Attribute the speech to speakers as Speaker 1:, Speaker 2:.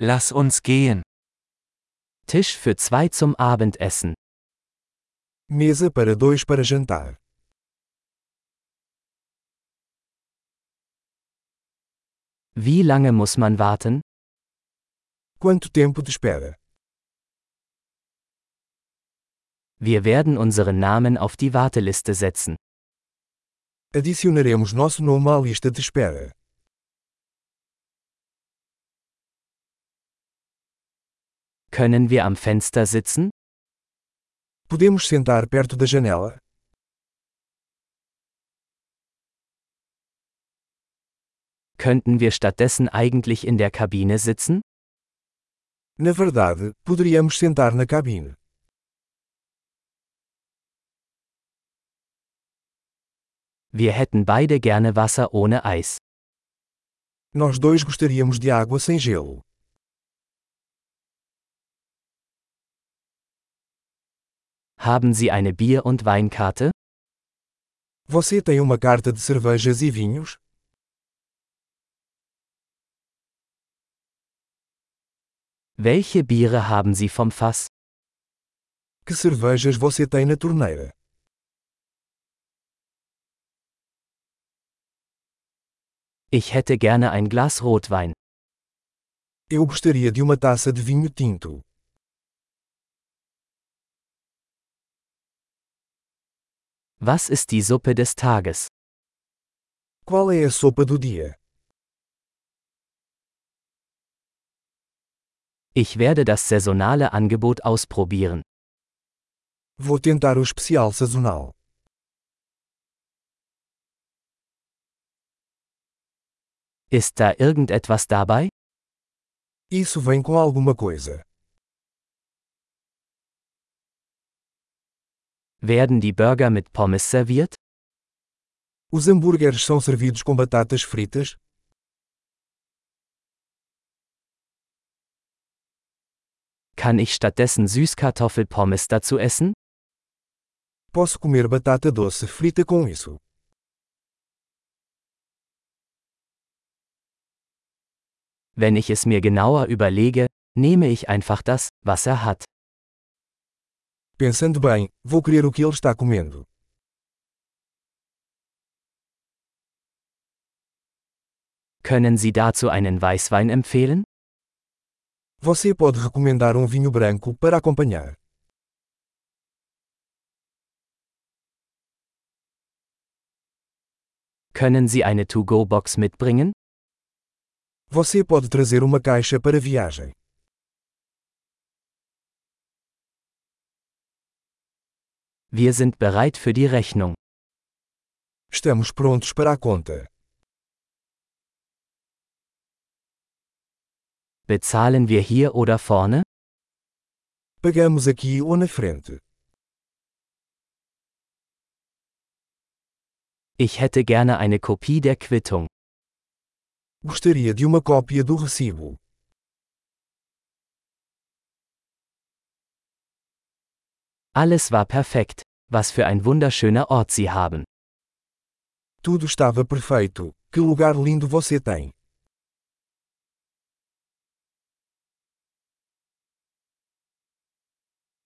Speaker 1: Lass uns gehen. Tisch für zwei zum Abendessen.
Speaker 2: Mesa para dois para jantar.
Speaker 1: Wie lange muss man warten?
Speaker 2: Quanto tempo de espera?
Speaker 1: Wir werden unseren Namen auf die Warteliste setzen.
Speaker 2: Adicionaremos nosso nome à lista de espera.
Speaker 1: Können wir am Fenster sitzen?
Speaker 2: Podemos sentar perto da janela?
Speaker 1: Könnten wir stattdessen eigentlich in der Kabine sitzen?
Speaker 2: Na verdade, poderíamos sentar na cabine.
Speaker 1: Wir hätten beide gerne Wasser ohne Eis.
Speaker 2: Nós dois gostaríamos de água sem gelo.
Speaker 1: Haben Sie eine Bier- und Weinkarte?
Speaker 2: Você tem uma carta de cervejas e vinhos?
Speaker 1: Welche Biere haben Sie vom Fass?
Speaker 2: Que cervejas você tem na torneira?
Speaker 1: Ich hätte gerne ein Glas Rotwein.
Speaker 2: Eu gostaria de uma taça de vinho tinto.
Speaker 1: Was ist die Suppe des Tages?
Speaker 2: Qual é a sopa do dia?
Speaker 1: Ich werde das saisonale Angebot ausprobieren.
Speaker 2: Vou tentar o especial sazonal.
Speaker 1: Ist da irgendetwas dabei?
Speaker 2: Isso vem com alguma coisa.
Speaker 1: Werden die Burger mit Pommes serviert?
Speaker 2: Os hambúrgueres são servidos com batatas fritas?
Speaker 1: Kann ich stattdessen Süßkartoffelpommes dazu essen?
Speaker 2: Posso comer batata doce frita com isso.
Speaker 1: Wenn ich es mir genauer überlege, nehme ich einfach das, was er hat.
Speaker 2: Pensando bem, vou querer o que ele está comendo.
Speaker 1: Können Sie dazu einen Weißwein empfehlen?
Speaker 2: Você pode recomendar um vinho branco para acompanhar.
Speaker 1: Können Sie eine To-Go-Box mitbringen?
Speaker 2: Você pode trazer uma caixa para viagem.
Speaker 1: Wir sind bereit für die Rechnung.
Speaker 2: Estamos prontos para a conta.
Speaker 1: Bezahlen wir hier oder vorne?
Speaker 2: Pagamos aqui ou na frente.
Speaker 1: Ich hätte gerne eine Kopie der Quittung.
Speaker 2: Gostaria de uma cópia do recibo.
Speaker 1: Alles war perfekt. Was für ein wunderschöner Ort Sie haben.
Speaker 2: Tudo estava perfeito. Que lugar lindo você tem!